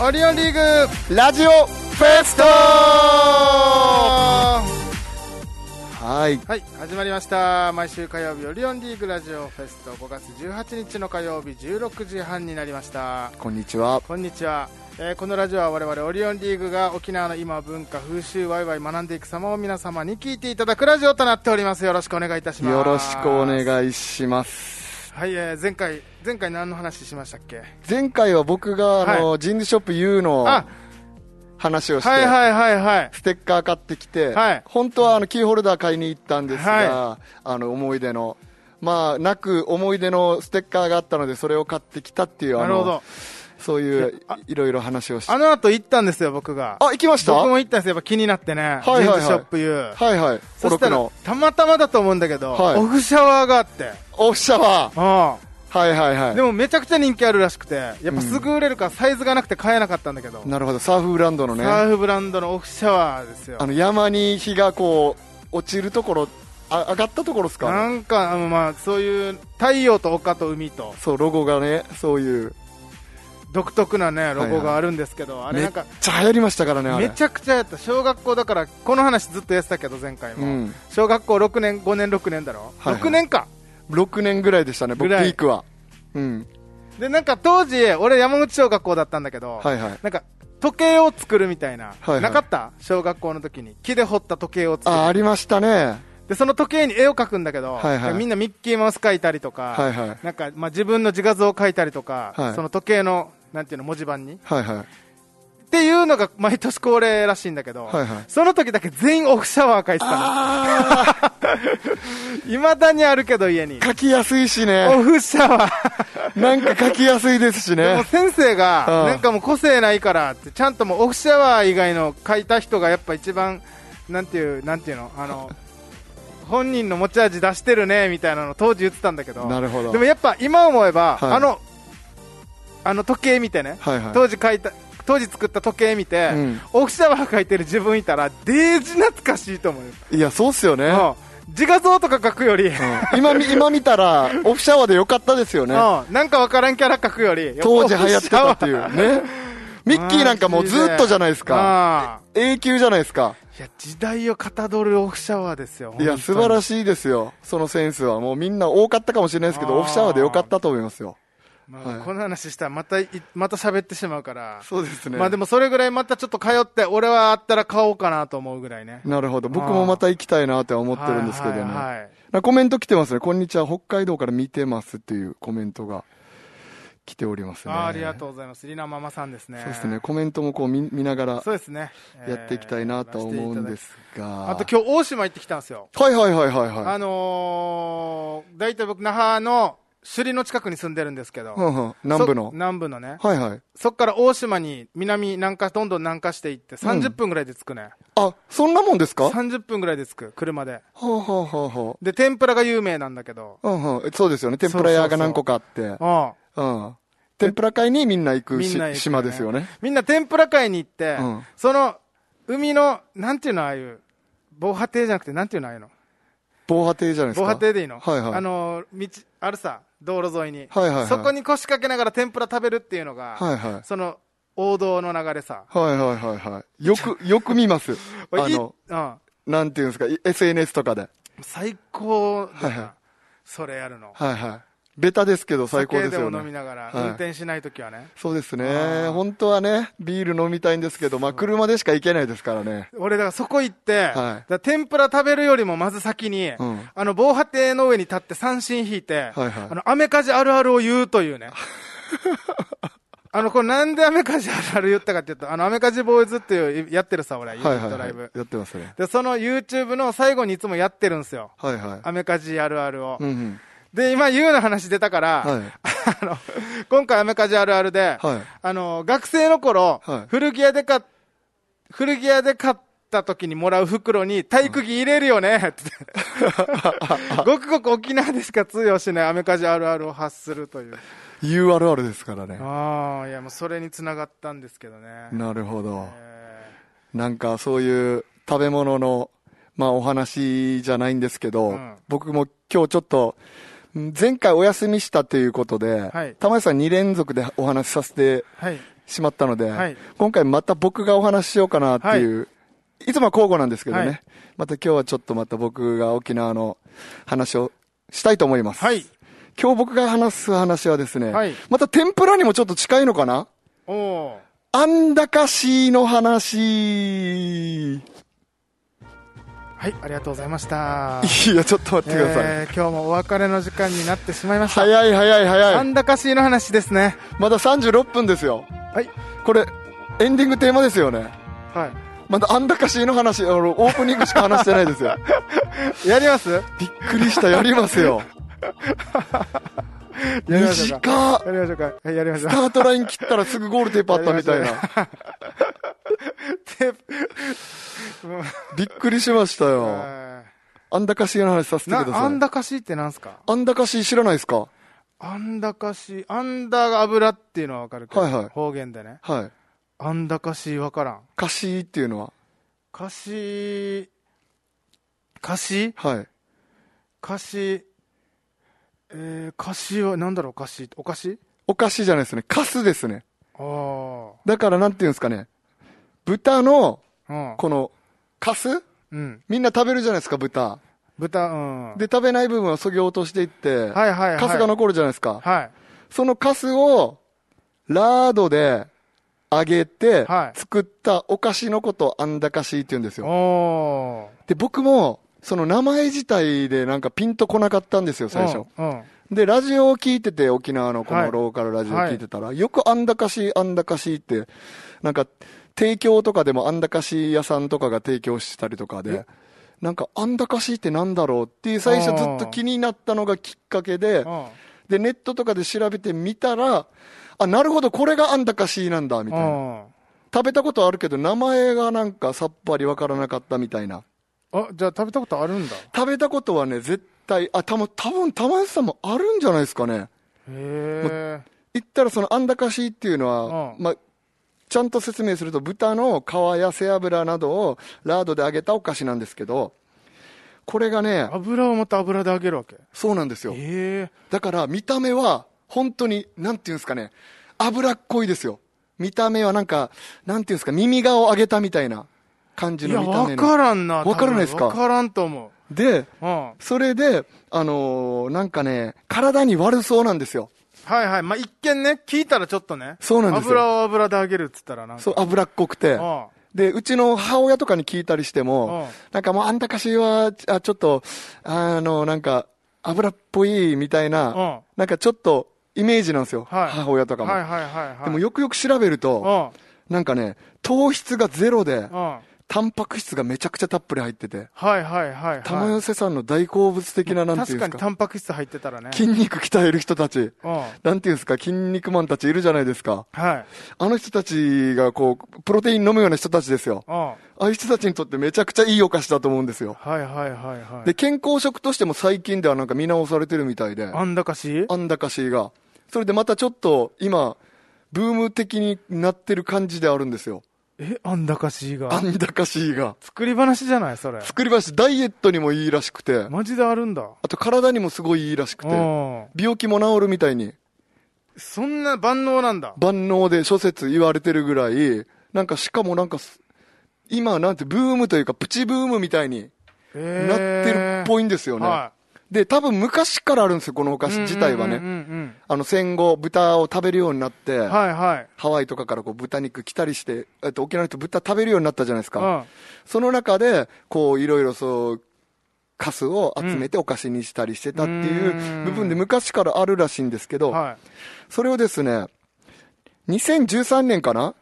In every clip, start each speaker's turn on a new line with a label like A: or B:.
A: オリオンリーグラジオフェストはい
B: はい始まりました毎週火曜日オリオンリーグラジオフェスト5月18日の火曜日16時半になりました
A: こんにちは
B: こんにちは、えーこのラジオは我々オリオンリーグが沖縄の今文化風習ワイワイ学んでいく様を皆様に聞いていただくラジオとなっておりますよろしくお願いいたします
A: よろしくお
B: い
A: 願いします
B: はい、えー前回前回何の話しましたっけ
A: 前回は僕があの、ジンズショップ U の
B: あ
A: 話をして、
B: はいはいはいはい
A: ステッカー買ってきて、
B: はい
A: 本当はあのキーホルダー買いに行ったんですが、
B: は
A: あの思い出の、まあ、なく思い出のステッカーがあったので、それを買ってきたっていう、あ
B: なるほ
A: の
B: ど
A: そういう
B: あ
A: いろいろ話をして、
B: あの後行ったんですよ僕が
A: あ行きました
B: 僕も行ったんですよやっぱ気になってね、
A: いはい
B: ジー
A: はい
B: ンズショップ U、
A: はいはい、
B: そしたら
A: の
B: たまたまだと思うんだけど、
A: はい
B: オフシャワーがあって
A: オフシャワー、
B: あ
A: はいはいは
B: あ
A: い
B: で、もめちゃくちゃ人気あるらしくてやっぱすぐ売れるからサイズがなくて買えなかったんだけど、
A: なるほど、サーフブランドのね、
B: サ
A: あ
B: ーフブランドのオフシャワーですよ
A: の山に日がこう落ちるところ、あ上がったところですか、
B: なんかあのまあそういう太陽と丘と海と
A: そう、ロゴがね、そういう、
B: 独特なねロゴがあるんですけど、
A: め
B: あれな
A: っ
B: んか
A: ちゃ流行りましたからね、あれ。
B: めちゃくちゃやった小学校だからこの話ずっとやってたけど前回も、
A: うん
B: 小学校6年5年6年だろ、
A: はいはい
B: 6年か
A: 6年ぐらいでしたね、僕、
B: ぐ
A: ピ
B: らい
A: ークは。うん、
B: でなんか当時俺山口小学校だったんだけど、
A: はいはい。
B: なんか時計を作るみたいな、
A: はいはい
B: なかった小学校の時に木で彫った時計を作る
A: あ、ありましたね。
B: でその時計に絵を描くんだけど、
A: はいはい
B: みんなミッキーマウス描いたりとか、
A: はいはい。
B: なんかまあ自分の自画像を描いたりとか、
A: はい
B: その時計のなんていうの文字盤にっ
A: はいはい。
B: ていうのが毎年恒例らしいんだけど、
A: はいはい
B: その時だけ全員オフシャワー描いてた
A: あ
B: のいまだにあるけど家に
A: あ、書きやすいしね。
B: オフシャワー
A: なんか書きやすいですし
B: でも
A: ね。
B: 先生が
A: うん
B: なんかもう個性ないからってちゃんともうオフシャワー以外の書いた人がやっぱ一番なんていうなんていうのあの本人の持ち味出してるねみたいなの当時言ってたんだけど
A: なるほど。
B: でもやっぱ今思えば、
A: はい
B: あのあの時計見てね、
A: はいはい。
B: 当時書いた当時作った時計見て、
A: うん
B: オフシャワー書いてる自分いたらデージ懐かしいと思うよ、
A: いや、そうっすよね。
B: うん自画像とか書くより、
A: うん今み、今見たら、オフシャワーでよかったですよね。
B: うんなんかわからんキャラ書くより
A: 当時流行ってたってい
B: オフ
A: う。
B: シャワー
A: ね。ミッキーなんかもうずっとじゃないです
B: あ
A: か。永久じゃないですか。
B: ーいや時代をかたどるオフシャワーですよ
A: いや、素晴ら
B: しい
A: しいですよ。そのセンスは。もうみんな多かったかもしれないですけ
B: あ
A: ど、
B: ー
A: オフシャワーでよかったと思いますよ。はい
B: この話したらまたいまた喋ってしまうから
A: そうですね。
B: まあでもそれぐらいまたちょっと通って俺はあったら買おうかなと思うぐらいね
A: なるほど。僕もまた行きたいなって思ってるんですけどね。
B: はいはいはい
A: なコメント来てますね。こんにちは。北海道から見てますっていうコメントが来ておりますね。
B: あーありがと
A: う。
B: うございます。りなママさんですね。
A: そうですね。。コメントもこう見見ながら
B: そうですね。。
A: やっていきたいなとは思うんですすが。
B: あと今日大島行ってきたんですよ。
A: はいはいはいはい
B: あ
A: はい。
B: のー、大体僕、那覇の首里の近くに住んでるんですけど、
A: うんうん南部
B: そ
A: の。
B: 南部のね。
A: はいはい。
B: そっから大島に南、南下、どんどん南下していって、30分ぐらいで着くね。
A: あ、そんなもんですかは
B: 30分ぐらいで着く、車で。
A: あ、はあはあは
B: で、天ぷらが有名なんだけど、
A: あ、うんうん。そうですよね。天ぷら屋が何個かあって。う
B: うん。
A: ん。天ぷら会にみんな行く
B: み
A: し
B: んな行くね
A: 島ですよね。
B: みんな天ぷら会に行って、
A: うん
B: その、海の、なんていうの、ああいう、防波堤じゃなくて、なんていうの、ああいうの。
A: 防波堤じゃないです
B: 防
A: か。
B: 波堤でいいの、
A: はいはい
B: あの道あるさ、道路沿いに、
A: はいはいはい
B: そこに腰掛けながら天ぷら食べるっていうのが、
A: はいはい。
B: その王道の流れさ、
A: はいはいはいはい。よ く、よく見ます。
B: 俺
A: あ
B: い
A: の、
B: うん、
A: なんていうんですか、い SNS とかで。
B: 最高だな、
A: はいはい
B: それやるの、
A: はいはい。ベタですけど最高です
B: 酒
A: よ
B: でも飲み
A: ね。
B: ながら、
A: はい
B: 運転しないときはね、
A: そうです
B: あ
A: ね。
B: ー
A: 本当はね、ビール飲みたいんですけど、まあ車でしか行けないですからね。
B: 俺、だからそこ行って、
A: い
B: だから天ぷら食べるよりもまず先に、
A: うん
B: あの防波堤の上に立って三振引いて、
A: はいはい
B: あの雨風あるあるを言うと いうね。あの、これなんで雨風あるある言ったかっていうと、あの、雨風ボーイズっていう、やってるさ、俺、ユ
A: はい
B: ー
A: は
B: トラ
A: いは
B: イ
A: い
B: ブ。。
A: やってますね。
B: で、その YouTube の最後にいつもやってるんですよ。
A: はいはい。
B: 雨風あるあるを。
A: うんうん。
B: で、今、ユーの話出たから、
A: は い。
B: あの、今回雨風あるあるで、
A: はい
B: あの、学生の頃、
A: はい
B: 古着屋で買っ、古着屋で買った時にもらう袋に体育着入れるよね、って ごくごく沖縄でしか通用しない雨風あるあるを発するという。
A: URR ですからね。
B: ああ、いや、もうそれにつながったんですけどね。
A: なるほど。
B: えー
A: なんかそういう食べ物の、まあお話じゃないんですけど、
B: うん
A: 僕も今日ちょっと、前回お休みしたということで、
B: はい
A: 玉井さん2連続でお話しさせて
B: はい。
A: しまったので、
B: はい
A: 今回また僕がお話ししようかなっていう、い、つもは交互なんですけどね、
B: はい
A: また今日はちょっとまた僕が沖縄の話をしたいと思います。
B: はい。
A: 今日僕が話す話はですね、
B: はい
A: また天ぷらにもちょっと近いのかな
B: おお
A: あんだかしの話。い
B: ー。はい、ありがとうございました。
A: や、ちょっと待ってください。
B: えー今日もお別れの時間になってしまいました。
A: 早い早い
B: な
A: 早い。
B: んだかしの話ですね。
A: まだ36分ですよ。
B: はい。
A: これ、エンディングテーマですよね。
B: は
A: まだあんだかしの話、あのオープニングしか話してないで すよ。
B: い。やりますや
A: びっくりした、やりますよ。
B: りましょうか。
A: 短っ
B: やりましょうか。はい、やりましょ
A: ス
B: う
A: タ。ートライン切ったらすぐゴールテープあったみたい
B: やり
A: な。
B: テープうん
A: びっくりしましたよ。
B: あ
A: あんだかしの話させて
B: ーな
A: ください。
B: あんだかしってなんすか
A: あんだかし知らないですか
B: あんだかし、あんだが油っていうのはわかるけど、
A: はいはい
B: 方言でね。
A: はい。
B: あんだかしわからん。
A: かしっていうのは。
B: かし、かし
A: はい。
B: かし、えー、かしは、なんだろう、かし、おかし
A: おかしじゃないですね。かすですね。
B: ああ、
A: だからなんていうんですかね。豚の、
B: うん。
A: この、かす
B: うん。
A: みんな食べるじゃないですか、豚。
B: 豚、うん。
A: で、食べない部分はそぎ落としていって、
B: はいはいはい。
A: カスが残るじゃないですか。
B: はい。
A: そのカスを、ラードで揚げて
B: は、い
A: 作ったお菓子のことをあんだかしって言うんです
B: お
A: よ。
B: お
A: で、僕も、その名前自体でなんかピンとこなかったんですよ、
B: ー。
A: 最初。
B: うん。うん
A: で、ラジオを聞いてて、沖縄のこ
B: は
A: の
B: い
A: ローカルラジオを聞いてたら、よくあんだかし、あんだかしって、なんか、提供とかでもあんだかし屋さんとかが提供してたりとかで
B: え、
A: なんか、あんだかしってなんだろうっていう、最初ずっと気になったのがきっかけで、で、ネットとかで調べてみたら、あ、なるほど、これがあんだかしなんだ、み
B: うん。
A: たいな。
B: あ
A: 食べたことあるけど、名前がなんかさっぱりわからなかったみたいな。
B: あ、じゃあ食べたことあるんだ。へ
A: 食べたことはね、絶対、あ、たぶん、たぶん、玉井さんもあるんじゃないですかね。
B: え。
A: 言ったらそのあんだかしっていうのは、
B: うん
A: まあ、ちゃんと説明すると豚の皮や背脂などをラードで揚げたお菓子なんですけどこれがね
B: 油をまた油で揚げるわけ。
A: そうなんですよ
B: ええ。
A: だから見た目は本当になんていうんですかね脂っこいですよ見た目はなんかなんていうんですか耳側を揚げたみたいな感じ
B: いや、
A: の見た目
B: わ
A: の
B: からんな。
A: わからないですか
B: 多分わからんと思
A: で
B: う。うん。は
A: それであのーなんかね体に悪そうなんですよ
B: いはい。まあ、一見ね、聞いたらちょっとね。
A: そうなんですよ
B: 油を油で揚げるっつったらなんか。
A: そう脂っこくて
B: あ
A: で、うちの母親とかに聞いたりして
B: う
A: も
B: ん、
A: なんかもうあんたかしは、あちょっと、あの、なんか、油っぽいみたいな
B: うん、
A: なんかちょっと、イメージなんですよ。
B: はい。
A: 母親とか
B: はい
A: も。
B: はいはいはい。
A: でもよくよく調べると、なんかね、糖質がゼロで
B: う、ん。うん。はい
A: タンパク質がめちゃくちゃたっぷり入ってて、
B: はいはいはい。
A: 玉寄せさんの大好物的な、なんてい
B: 確
A: うんで
B: か
A: す
B: に
A: か、
B: タンパク質入ってたらね。
A: 筋肉鍛える人たち、
B: うん。はい。
A: なんていうんですか、筋肉マンたちいるじゃないですか。あの人たちがこう、プロテイン飲むような人たちですよ。
B: うん。は
A: ああいう人たちにとってめちゃくちゃいいお菓子だと思うんですよ。
B: いはいはいはい。
A: で、健康食としても最近ではなんか見直されてるみたいで、
B: あんだかし
A: あんだかしが。それでまたちょっと今、ブーム的になってる感じであるんですよ。
B: え、あんだかし
A: あ
B: が
A: んだかしが。
B: 作り話じゃないそれ。
A: 作りました。ダイエットにもいいらしくて、
B: マジであるんだ。
A: あと体にもすごいいいらしく
B: う
A: て、
B: ん。
A: 病気も治るみたいに、
B: そんな万能なんだ。
A: 万能で諸説言われてるぐらい、なんかしかもなんかす、今なんてブームというかプチブームみたいになってるっぽ
B: い
A: いんですよね。
B: は
A: で、多分昔からあるんですよ、このお菓
B: い。
A: 子自体はね。
B: うんうんうん
A: あの戦後、豚を食べるようになって、
B: うん。はいはい。
A: ハワイとかからこう豚肉来たりして、えっと、沖縄の人、豚食べるようになったじゃないです
B: う
A: か、その中で、こういろいろそう、カスを集めてお菓子にしたりしてたっていう
B: うん
A: 部分で、昔からあるらしいんですけど、
B: ん。はい。
A: それをですね、2013年かな、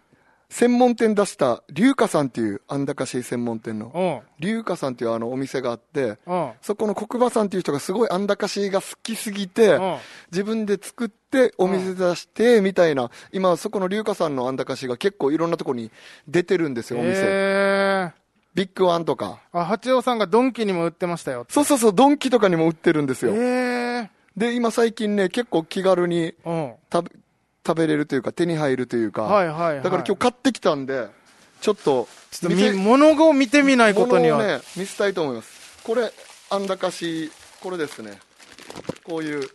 A: 専門店出した、龍華さんっていう、あんだかし専門店の、
B: うん。
A: 龍華さんっていうあのお店があって、
B: うん。
A: そこの黒馬さんっていう人がすごいあんだかしが好きすぎて、
B: うん
A: 自分で作ってお店出してみたいな、今そこの龍華さんのあんだかしが結構いろんなとこに出てるんですよ、お店。
B: えー。
A: ビッグワンとか。
B: あ、八尾さんがドンキにも売ってましたよ。
A: そうそうそう、ドンキとかにも売ってるんで
B: え
A: すよ。
B: ー。
A: で、今最近ね、結構気軽に
B: うん。
A: 食べ食べれるというか、手に入るというか、
B: はいはいはい。
A: だから今日買ってきたんで、ちょっと
B: ちょっとみ
A: 見て
B: 物を見てみないことには、
A: ものをね見せたいと思いますこれあんだかしこれですねこういう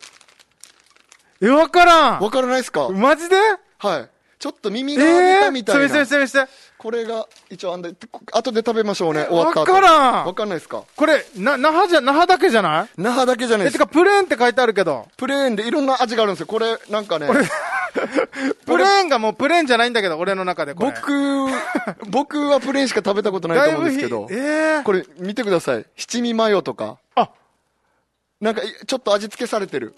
B: えわから
A: わ
B: ん
A: からないですか
B: マジで
A: はいちょっと耳
B: え
A: が見たみたい
B: ー、
A: な、
B: せめせめせめ
A: これが一応あんだ後で食べましょうね終わ
B: わ
A: った後
B: から
A: わ
B: ん
A: かんないですか
B: これな那覇じゃ那覇だけじゃない
A: 那覇だけじゃない
B: えて
A: です
B: かプレーンって書いてあるけど
A: プレーンでいろんな味があるんですよこれなんかね
B: プレーンがもうプレーンじゃないんだけど俺の中でこれ
A: 僕 僕はプレーンしか食べたことないと思うんですけ
B: だ
A: ど
B: いぶひえー、
A: これ見てください七味マヨとか
B: あ
A: なんかいちょっと味付けされてる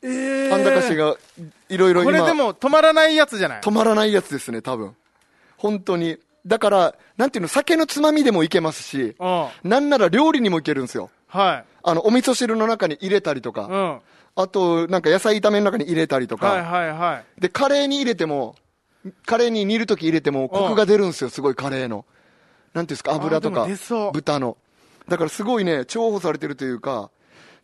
B: えー、
A: あんだかしがいろいろ
B: こ
A: 今
B: れでも止まらないやつじゃない
A: 止まらないやつですね多分本当にだからなんていうの酒のつまみでもいけますし
B: うん
A: なんなら料理にもいけるんですよ
B: はい
A: あのお味噌汁の中に入れたりとか、
B: うんは
A: あとなんか野菜炒めの中に入れたりと
B: い
A: か、
B: はいはい
A: でカレーに入れてもカレーに煮るとき入れてもコクが出るんですよすごいカレーのなんていうんですか油と
B: あ
A: か
B: でも出そう
A: 豚のだからすごいね重宝されてるというか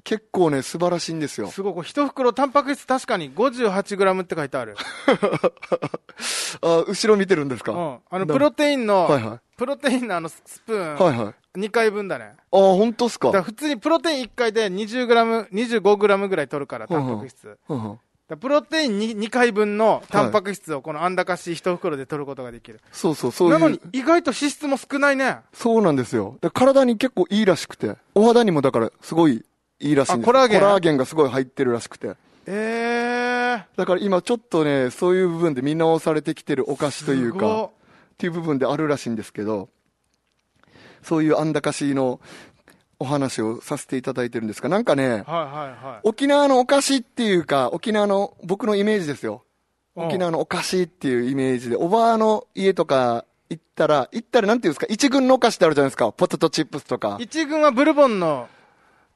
A: 結構ね素晴らしいんですよ
B: すごいこれ一袋タンパク質確かに 58g って書いてある、
A: あ後ろ見てるんです
B: う
A: か、
B: ん、あ
A: な
B: のプロテインの、
A: はいはい
B: プロテインのあのススプー
A: はい
B: ン
A: はいあ
B: 2回分だね、
A: 本当っすか
B: だから普通にプロテイン1回で 20g、25g ぐらい取るから、タンパク質。だか
A: うんうん
B: らプロテイン 2, 回分のタンパク質をこのあんだかし1袋で取ることができる。
A: そうそうそういう
B: なのに意外と脂質も少ないね。
A: そうなんですよ。だから体に結構いいらしくて、お肌にもだからすごいいいらしいんで
B: あ
A: す
B: コラーゲン
A: コラーゲンがすごい入ってるらしくて。
B: えー。
A: だから今ちょっとね、そういう部分で見直されてきてるお菓子という
B: すご
A: か、っていう部分であるらしいんですけど、そういうあんだかしのお話をさせていただいてるんですが、なんかね、
B: はいはいはい。
A: 沖縄のお菓子っていうか、沖縄の僕のイメージですよ。
B: うん
A: 沖縄のお菓子っていうイメージで、おばあの家とか行ったら、行ったらなんていうんですか、一軍のお菓子ってあるじゃないですか、ポテトチップスとか。
B: 一軍はブルボンの、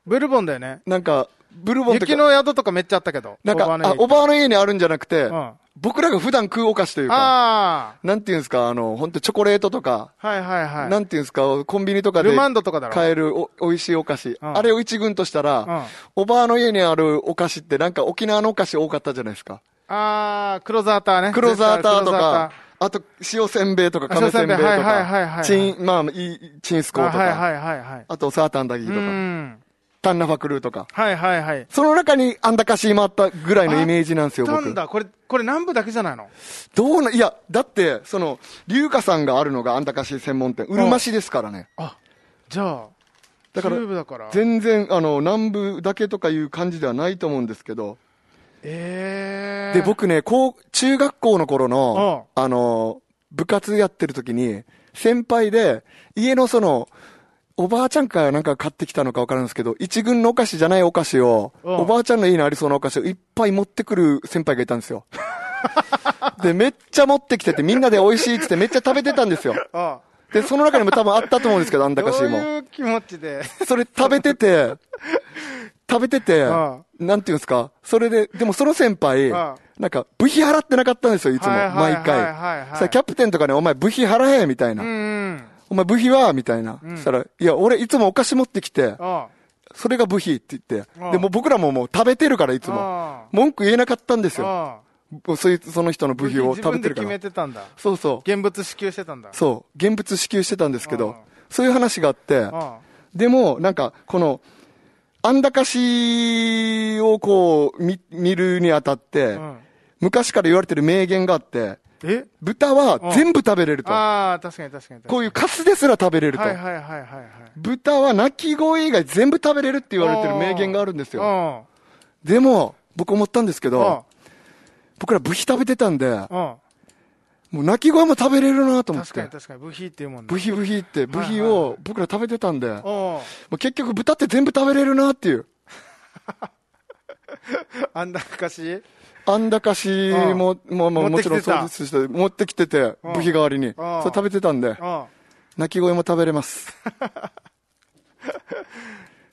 B: ブルボンだよね。
A: なんか、ブルボンと
B: 雪
A: か、
B: の宿とかめっちゃあったけど。
A: なんか、
B: オーバーネイ
A: あ
B: キ
A: おばあの家にあるんじゃなくて、
B: うん
A: 僕らが普段食うお菓子というか、
B: あ
A: なんていうんですか、あの、本当チョコレートとか、
B: あ。はいはいはい。
A: なんていうんですか、コンビニとかで
B: ルマンドとかだろ。
A: 買えるお美味しいお菓子、
B: ん
A: あれを一軍としたら、おばあの家にあるお菓子ってなんか沖縄のお菓子多かったじゃないですか。
B: ああ、黒ザーターね。
A: 黒ザーターと
B: 黒ザー
A: か、あと塩せんべいとか
B: あ
A: 亀せんべいと
B: 塩せんべいはいはいはいはいは
A: か、
B: い
A: チン、まあ、いいチンスコー
B: ター。
A: と
B: あはいは
A: か、
B: いはいはい。
A: あとサーターアンダギー
B: う
A: とか、
B: ん。
A: タンナファクルーとか、
B: はいはいはい。
A: その中にあんだかしもあったぐらいのイメージなんですよ、
B: な
A: 僕。
B: んだ、これ、これ南部だけじゃないの
A: どうな、いや、だって、その、龍華さんがあるのがあんたかし専門店、うるま市ですからね。
B: あ、じゃあ、
A: だから
B: 中部だから。
A: 全然、あの、南部だけとかいう感じではないと思うんですけど。
B: ええー。
A: で、、僕ね、こう、中学校の頃の、
B: う
A: あの、部活やってる時に、先輩で、家のその、おばあちゃんからなんか買ってきたのかわからんですけど、一軍のお菓子じゃないお菓子を、
B: うん
A: おばあちゃんの家にありそうなお菓子をいっぱい持ってくる先輩がいた んですよ。で、めっちゃ持ってきてて、みんなで美味しいっつってめっちゃ食べてたんですよ。
B: あ
A: で、その中にも多分あったと思うんですけど、あん
B: ど
A: だ
B: う
A: かしいも。
B: いう気持ちで。
A: それ食べてて、食べてて、
B: ああ
A: なんていうんですか、それで、でもその先輩、
B: ああ
A: なんか、部費払ってなかったんですよ、いつも、
B: はいはい
A: 毎
B: はいはいはい
A: 回。さキャプテンとかね、お前部費払え、みたいな。
B: うん。
A: お前部費は、みたいな。そしたら、いや、俺いつもお菓子持ってきて、
B: あ
A: それが部費って言って、
B: ああ
A: でもう僕らももう食べてるから、いつ
B: ああ
A: も。文句言えなかったんですよ。
B: あ。
A: そいつその人の部
B: 部
A: 費を
B: 自
A: 食べ
B: 分
A: て
B: で
A: るか
B: 決め
A: ら。
B: てたんだ。
A: そうそう。
B: 現物支給してたんだ。
A: そう。現物支給してたんですけ
B: あ
A: ど
B: あ、
A: そういう話があって、
B: あ
A: でも、なんか、この、あんだかしをこう、見、見るにあたって、
B: あ。うん。
A: 昔から言われてる名言があって、
B: え
A: 豚は全部食べれると。
B: ああ、確かに確かに確かに。
A: こういうカスですら食べれると。
B: はいはいはいはいはい。
A: 豚は鳴き声以外全部食べれるって言われてる名言があるんですよ。
B: よ。
A: でも、僕思ったんですけ
B: うん。うん
A: ど、。僕ら部費食べてたんで、
B: うん。
A: もう鳴き声も食べれるなと思っ
B: 確かに
A: て。
B: 確かに、部費っていうもんね。
A: 部費部費って、部費
B: はいはいは
A: を僕ら食べてたんで、も
B: お
A: う結局豚って全部食べれるなっていう。
B: あんだかし
A: あんだかしも、まあまあ
B: 持
A: も
B: って
A: ち
B: きてた
A: ろんそうですして、持ってきてて、
B: うん
A: 部費代わりに。それ食べてたんで、
B: うん。
A: 鳴き声も食べ れます。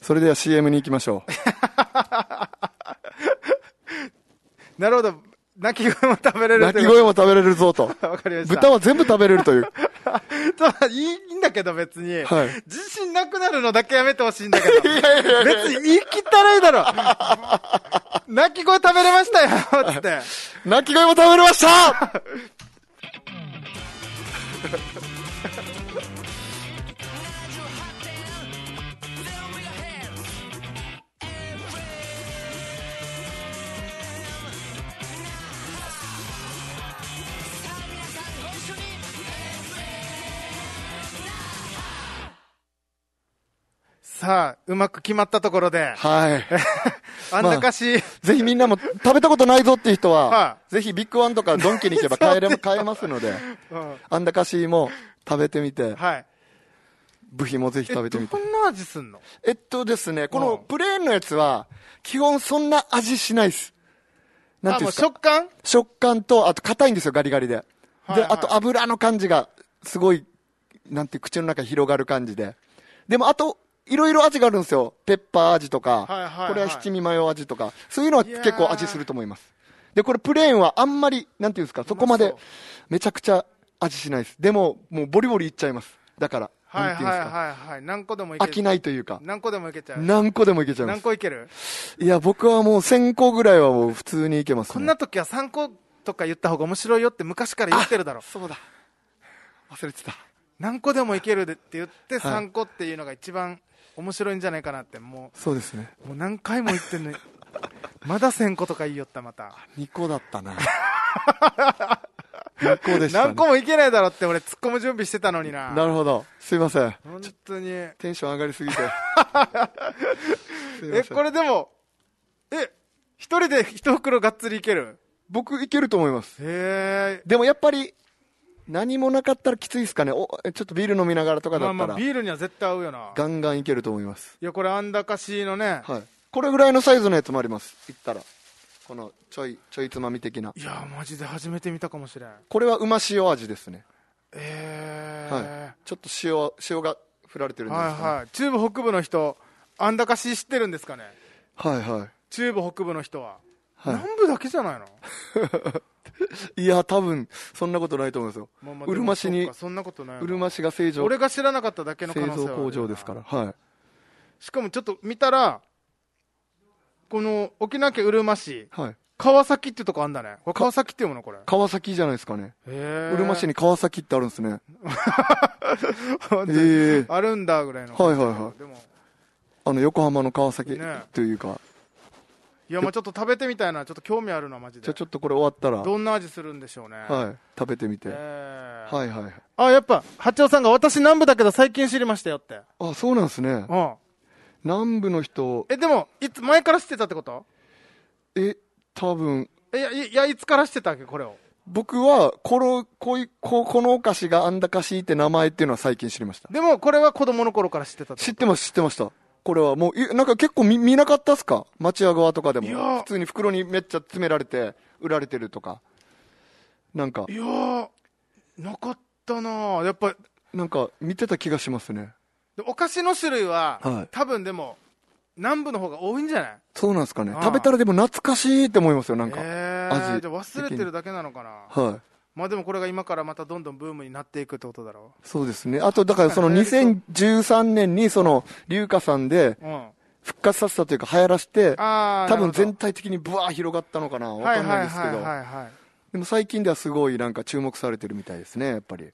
A: それでは CM に行きましょう。
B: なるほど。鳴き声も食べ れる
A: 鳴
B: と
A: き
B: いう
A: 声も食べれるぞと。
B: わかりました。
A: 豚は全部食べれるという。
B: 豚いいんだけど別に、
A: はい
B: 自信なくなるのだけやめてほ しいんだけ ど。別に言い切ったらいいだろ。鳴き声食べれましたよ、つって。
A: 鳴き声も食べれました
B: さあ、うまく決まったところで、
A: はい。
B: あんな歌詞、
A: ぜひみんなも食べたことないぞっていう人は、
B: は
A: ぜひビッグワンとかドンキに行けば買 えれ買えますので、
B: うん
A: あんだかしも食べてみて、
B: はい。
A: 部品もぜひ食べてみて
B: え。どんな味すんの
A: えっとですね、こ
B: う
A: の
B: ん
A: プレーンのやつは、基本そんな味しないです。なん
B: あ、
A: てい
B: もう
A: うんですか
B: 食感
A: 食感と、あと硬いんですよ、ガリガリで。
B: はい
A: で、
B: はい
A: あと油の感じが、すごい、なんていう口の中広がる感じで。でも、あと、いろいろ味があるんですよ。ペッパー味とか、
B: はいはいはい
A: これは七味マヨ味とか、そういうのは結構味すると思います。で、これプレーンはあんまり、なんていうんですか、そこま
B: うま
A: で
B: そう、
A: めちゃくちゃ味しないです。でも、もうボリボリいっちゃいます。だから、
B: はい
A: なん
B: は
A: て
B: い
A: いうんですか、
B: はいはい。何個でもいけ
A: 飽き
B: る。
A: ないというか、
B: 何個でもいけちゃう。
A: 何個でもいけちゃいま
B: 何
A: す。
B: 個いける
A: いや、僕はもう1000個ぐらいはもう普通にいけます、ね。
B: こんな時は3個とか言った方が面白いよって昔から言ってるだろ。
A: そうだ。忘れてた。
B: 何個でもいけるでって言って
A: はい
B: 3個っていうのが一番面白いんじゃないかなって、も
A: そうですね。
B: う、もう何回も言ってん のに。まだ1000個とか言いよった、また。
A: 2個だった な。2個でした、ね。
B: 何個もいけないだろって俺突っ込む準備してたのにな。
A: なるほど。すいません。
B: 本当に。え、
A: テンション上がりすぎて。 すいません
B: これでも、え、一人で一袋がっつりいける
A: 僕いけると思います。
B: へ
A: でもやっぱり、何もなかったらきついですかね。おちょっとビール飲みながらと
B: え
A: か
B: ま
A: だった
B: あま
A: ら、
B: あ、ビールには絶対合うよな。
A: ガンガンいけると思います。
B: いや、これ、あんだかしのね、
A: はい。これぐらいのサイズのやつもあります。いったら。このちょい、ちょいつまみ的な。
B: い、や、マジで初めて見たかもしれん。
A: これはうま塩味ですね。
B: えー、
A: はい。ちょっと塩、塩が振られてるんです
B: はい
A: か、ね。
B: はい中部北部の人、あんだかし知ってるんですかね、
A: はいはい。はい
B: 中部北部の人は。
A: はい
B: 南部だけじゃないの
A: いや、多分、そんなことないと思いますよ。
B: まあまあ
A: うるま市
B: でも
A: に
B: そっか、そんなことないよな
A: うるま市が成城、
B: 俺が知らなかっただけの可
A: 製
B: 能性
A: 造
B: はあるよな
A: 工場ですから。はい。
B: しかもちょっと見たら、この沖縄県うるま市、
A: はい。
B: 川崎ってとこあんだね。これ川崎って読むのこれ。
A: 川崎じゃないですかね。
B: へー
A: う るま市に川崎ってあるんですね。
B: 本当に
A: ええ
B: あるんだぐらいの。
A: はいはいはい
B: でも、
A: あの、横浜の川崎
B: ね
A: というか。
B: いや、まあちょっと食べてみたいな、ちょっと興味あるな、マジで。
A: じゃあちょっとこれ終わったら、
B: どんな味するんでしょうね。
A: はい。食べてみて。は
B: ええ
A: いはいはい。
B: あ、やっぱ、八尾さんが私南部だけど最近知りましたよって。
A: あ、そうなんですね。
B: うん。
A: 南部の人、
B: え、でも、いつ、前から知ってたってこと
A: え、多分、
B: え、いや、いや、いつから知ってたっけ、これを。
A: 僕は、この、こういう、ここのお菓子があんだかしいって名前っていうのは最近知りました。
B: でも、これは子供の頃から知ってたって
A: 知ってました、知ってました。これはもう、いなんか結構見見なかったっすか町屋側とかでも
B: いや。
A: 普通に袋にめっちゃ詰められて、売られてるとか。なんか
B: い、やー、なかったなぁやっぱ、
A: なんか見てた気がしますね。
B: でお菓子の種類は、
A: はい
B: 多分でも、南部の方が多いんじゃない
A: そうなんですかね
B: あ。あ
A: 食べたらでも懐かしいって思いますよ、なんか。
B: えー、
A: 味
B: じゃあ忘れてるだけなのかな
A: はい。
B: まあでもこれが今からまたどんどんブームになっていくってことだろ
A: そうですね。あと、だからその2013年にその、龍華さんで
B: う。うん。あ
A: 復活させたというか流行らせて、
B: あー、
A: 多分
B: な
A: 全
B: る
A: 体的にブワー広がったのかな
B: ほど
A: わかんないですけ
B: は
A: ど
B: いは。いはいはいはい。
A: でも最近ではすごいなんか注目されてるみたいですね、やっぱり。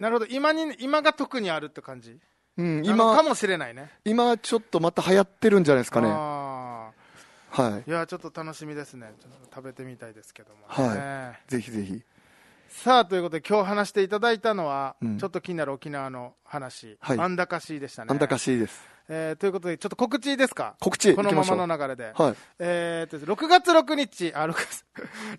B: なるほど。今に、今が特にあるって感じ
A: うん、
B: 今の
A: 今
B: か、もしれないね。
A: 今ちょっとまた流行ってるんじゃないですかね。は
B: あー
A: い。
B: いや、ちょっと楽しみですね。ちょっと食べてみたいですけども、ね。
A: はぜひぜひ。
B: さあ、ということで今日話していただいたのは、
A: うん
B: ちょっと気になる沖縄の話、
A: はい
B: あんだかしいでしたね。
A: あんたかしいです。
B: えーということで、ちょっと告知ですか
A: 告知
B: この
A: 行
B: ま
A: きましょ
B: ま
A: う
B: の流れで。
A: はい。
B: えーと、6月6日、あ、6月、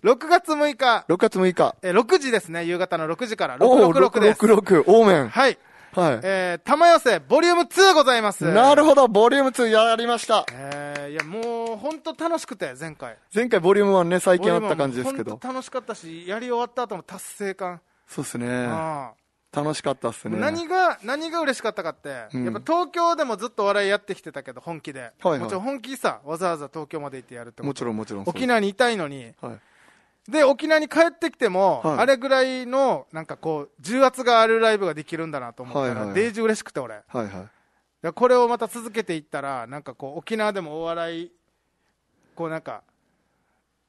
B: 6月6日、
A: 6月6日。
B: えー6時ですね、夕方の6時から、
A: おお、
B: 666です。
A: 666、オーメン。
B: はい。
A: は
B: えー、玉寄せ、ボリューム2ございます。
A: い。なる
B: ほど。
A: ほど、ボリューム2やりました。
B: えー、いや、もう、本当楽しくて、前回。
A: 前回ボリューム1ね、最近あった感じです
B: ボリュームは
A: け
B: もう
A: ど
B: 本。当楽しかったし、やり終わった後の達成感。
A: そうですね。
B: あ
A: 楽しかったっす
B: ーも
A: ね。
B: う何が、何が嬉しかったかって、
A: うん
B: やっぱ東京でもずっと笑いやってきてたけど、本気で。
A: いはい
B: もちろん本気さ、わざわざ東京まで行ってやるってこ
A: も
B: と。
A: ちろんもちろん。
B: 沖縄にいたいのに、
A: 縄。はい。
B: で、沖縄に帰ってきても、
A: はい
B: あれぐらいの、なんかこう、重圧があるライブができるんだなと思った
A: はいは
B: ら、
A: い
B: デイジ嬉しくて、俺。
A: はいは
B: でこれをまた続けていったら、なんかこう、沖縄でもお笑い、こうなんか、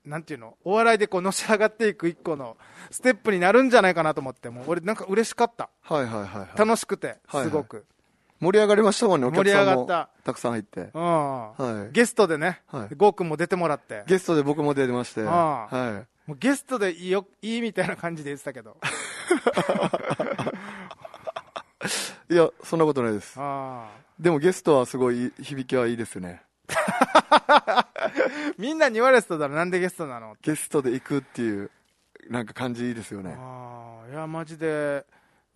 B: なんていうのお笑いでこうのし上がっていく一個のステップになるんじゃないかなと思ってもう俺なんか嬉しかった
A: はいはいはい、はい。
B: 楽しくて
A: はいはい
B: すごく、
A: 盛り上がりましたもんね、お客さん
B: 盛り上が
A: も。
B: った
A: たくさん入って。
B: うん
A: はい。
B: ゲストでね、
A: はい
B: ゴーくんも出てもらって
A: ゲストで僕も出てまして。
B: ああ
A: は
B: もうゲストでいいよいいみたいな感じで言ってたけど
A: い。いや、そんなことないです。
B: あ
A: でもゲストはすごい響きはいいですね。
B: ーみんなに言われてただろなんでゲストなの
A: ゲストで行くっていう、なんか感じいいですよね。
B: ああいやマジで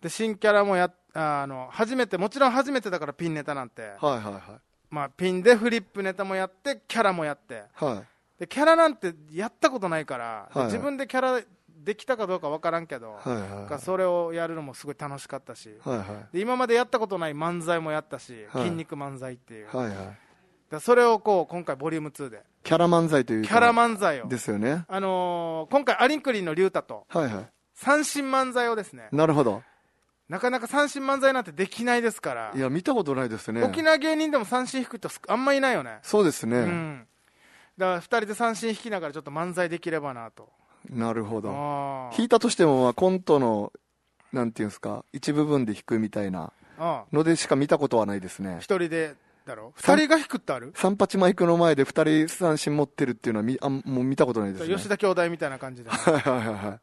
B: で新キャラもやっああの初めてもちろん初めてだからピンネタなんて、
A: はいはいは
B: まあ、ピンでフリップネタもやってキャラもやって
A: い。はい。
B: でキャラなんてやったことないから、で
A: はい
B: 自分でキャラできたかどうか分からんけど、
A: はいはい
B: なん
A: は
B: かそれをやるのもすごい楽しかったし、
A: い。はいはい。
B: で今までやったことない漫才もやったし、
A: はい
B: 筋肉漫才っていう、
A: はいはい。
B: でそれをこう今回ボリューム2で
A: キャラ漫才という
B: キ
A: か
B: ャラ漫才を、
A: ですよね。
B: あのー今回アリンクリンの竜太と
A: はいは
B: 三振漫才をですね
A: い。なるほど。
B: なかなか三振漫才なんてできないですから、
A: いや、見たことないですね。
B: 沖縄芸人でも三振引く人すあんまいないよね、
A: そうです
B: う
A: ね。
B: ん、だから2人で三振引きながらちょっと漫才できればなと。
A: なるほど。
B: あー
A: 弾いたとしても、まあ、コントの、なんていうんですか、一部分で弾くみたいな
B: あ
A: のでしか見たことはないですね
B: 1。人でだろ
A: さ
B: 2
A: ん
B: 人が引くってある
A: 三八マイクの前で二人三振持ってるっていうのはみあんもう見たことないですね。
B: 吉田兄弟みたいな感じで
A: はいはいはいはい。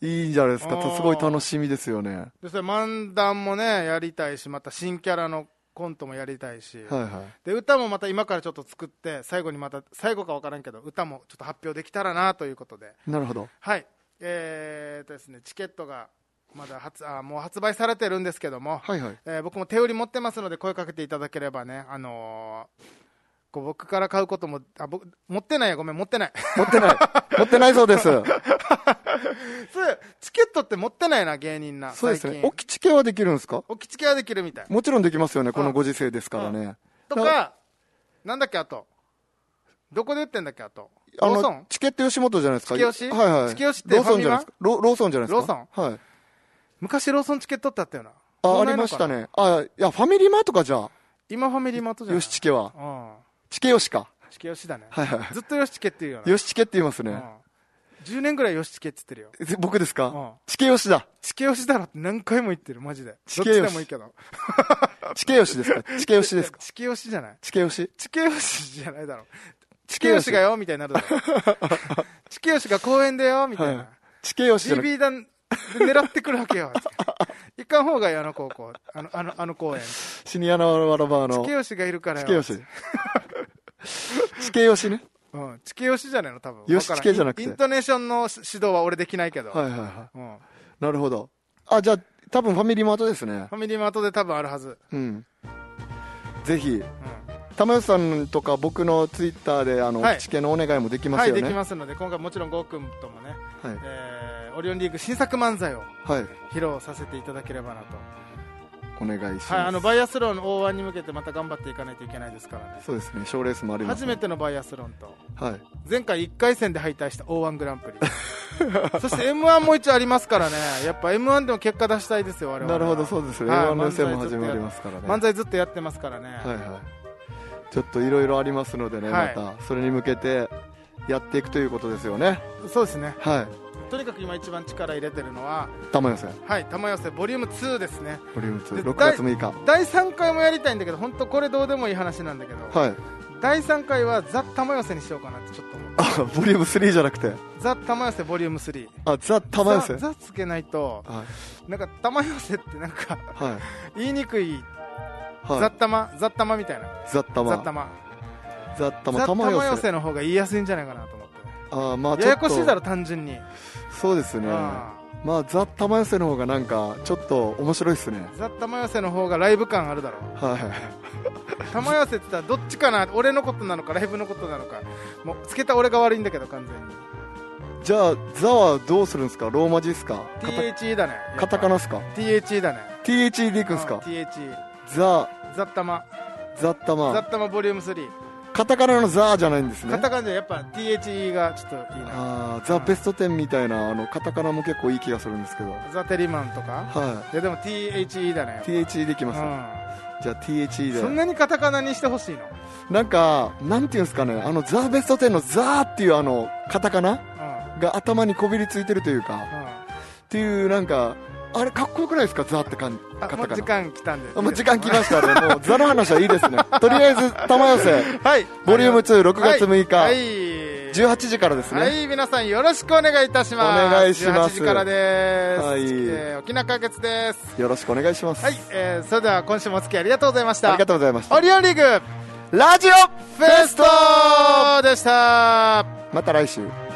A: いいんじゃないですか。
B: あー
A: すごい楽しみですよね。
B: でそれ漫談もねやりたいしまた新キャラのコントもやりたいし、
A: はいはい。
B: で歌もまた今からちょっと作って最後にまた最後か分からんけど歌もちょっと発表できたらなということで
A: なるほど。
B: はいえーとですねチケットがまだ発あーもう発売されてるんですけども、
A: はいはい。
B: えー僕も手売り持ってますので声かけていただければねあのーこう僕から買うこともあ僕持ってないやごめん持ってない
A: 持ってない。持ってないそうです。
B: そうチケットって持ってないな芸人な
A: そうです
B: 最
A: ね。
B: 近
A: おきちけはできるんですか
B: 置き付けはできるみたい
A: もちろんできますよね。このご時世ですからね。
B: と
A: だ
B: かなんだっけあとどこで売ってんだっけあと
A: あ
B: ローソ
A: の
B: ン、
A: チケット吉本じゃないですか。
B: チケヨシ
A: はいはい。
B: チケヨシって
A: ローソンじゃないです
B: フ
A: か。ロローソンじゃないですか。
B: ロー
A: ソンはい。
B: 昔ローソンチケットってあったよな
A: あ、
B: も
A: あ
B: うな
A: り
B: い
A: ま
B: の
A: し
B: かな
A: たね。あ、いや、ファミリーマートか、じゃあ。
B: 今ファミリーマートじゃない
A: よしチケは。
B: うん
A: チケよしか。
B: チケヨシだね
A: はいはい。
B: ずっとヨシチケって言うよな
A: よしチケって言いますね。
B: うん10年ぐらいヨシチケって言ってるよ
A: え僕です
B: うん
A: かチケよしだ。
B: チケヨシだろって何回も言ってるマジでど
A: チ
B: っ
A: ケヨ
B: ち
A: シ
B: でもいいけど
A: チケよしですかチケよしですか
B: チケヨシじゃない
A: チケよし
B: チケヨシじゃないだろチ
A: チ
B: ケヨシが。よみたいに なるだろチケヨシが公園でよみたいな、
A: はいチケよしじゃなく
B: GB 弾狙ってくるわけよ。 行かん方がいい、あの高校。あの、あの、あの公園。
A: シニアのわらばの
B: チケ。ヨシがいるからよ。
A: チケよし。チケよしね。
B: うん。チケヨシじゃないの、多分。
A: ヨシチケじゃなくて
B: わからんインイントネーションの指導は俺できないけど。
A: はいはいは
B: うん。フ
A: い。なるほど。あ、じゃあ、多分ファミリーマートですね。
B: ァミリーマートで多分あるはず。
A: うん。ぜひ、
B: うん。
A: 玉吉さんとか僕のツイッターで、あの、
B: はい
A: チケのお願いもできま
B: は
A: す
B: い、
A: よね。
B: できますので、今回もちろんゴーくんともね、
A: はい。
B: えー、オリオンリーグ新作漫才を
A: はい。
B: 披露させていただければなと。
A: お願いします。
B: はい、あの、バイアスロンの O1 に向けてまた頑張っていかないといけないですからね。
A: そうですね、賞レースもあります、
B: 初めてのバイアスロンと。
A: はい。
B: 前回1回戦で敗退した O1 グランプリ そして m 1も一応ありますからねやっぱ m 1でも結果出したいですよ我々
A: なるほど、そうですね。
B: はい
A: A1 の予選も
B: 漫才ずっと
A: 始
B: や
A: まりますからね。
B: 漫才ずっとやってますからね、
A: はいはい。ちょっといろいろありますのでね、
B: はい
A: また、それに向けてやっていくということですよね。
B: そうですね
A: はい。
B: とにかく今一番力入れてるのは
A: 玉寄せ、ボ
B: 「はい玉寄せボリューム2ですね
A: リューム2、
B: で
A: 6月6日。
B: 第3回もやりたいんだけど本当これどうでもいい話なんだけど、
A: はい。
B: 第3回は「ザ・玉寄せ」にしようかなってちょっと思う
A: あ、ボリューム3じゃなくて、
B: ザ・玉寄せボリューム3
A: あ、ザ・玉寄せ。
B: ザ
A: はい。
B: ザつけないとなんか玉寄せってなんか
A: はい。
B: 言いにくい、ザ・
A: は。
B: 玉ザ・玉みたいない
A: ザ・玉。
B: ザ・玉
A: ザ・
B: ザ
A: 玉。
B: 玉
A: 玉
B: 寄
A: 寄せ。
B: せの方が言いやすいんじゃないかなと思って
A: あー、まあちょっと。
B: ややこしいだろ単純に、
A: そうです
B: う
A: ね。
B: ん
A: まあ、ザ・玉寄せの方がなんか、ちょっと面白いですね。
B: ザ・玉寄せの方がライブ感あるだろ
A: はい。
B: 玉寄せって言ったらどっちかな俺のことなのかライブのことなのかもうつけた俺が悪いんだけど完
A: じゃあ、ザはどうするんですかローマ字ですか
B: 全に THE だね
A: カタカナですか
B: THE だね
A: ?THE でいくんです
B: う
A: か
B: THE
A: ザ、
B: ザ・玉
A: ザッタ
B: ザ・
A: マ、
B: 玉ボリューム3
A: カタカナのザーじゃないんですね
B: カタカナでやっぱ THE がちょっといいな
A: あーザ・ベスト10みたいなあのカタカナも結構いい気がするんですけど
B: ザ・テリマンとか
A: はい
B: やでも THE だね
A: い THE できます、
B: う
A: じゃあ THE
B: ん、そん
A: で
B: なにカタカナにしてほしいの、
A: なんかなんていうんですかねあのザ・ベスト10のザーっていうあのカタカナ
B: うん
A: が頭にこびりついてるというかっていうなんかあれかっこよくないですかザーって感じ
B: うん、あもう時間来たんで
A: あもう時間来まし たね。もうザの話はいいですね。とりあえず、玉寄せ、
B: はい
A: ボリューム2、6月6日、
B: はい、
A: 18時からですね。
B: はい、皆さんよろしくお願いいたします。
A: お願いします
B: 18時からです。
A: はい
B: えー沖縄解決です。
A: よろしくお願いします。
B: はい、えーそれでは今週もお付き合いありがとうございました。
A: ありがとうございました。
B: オリオンリーグ
A: ラジオ
B: フェストでした。
A: また来週。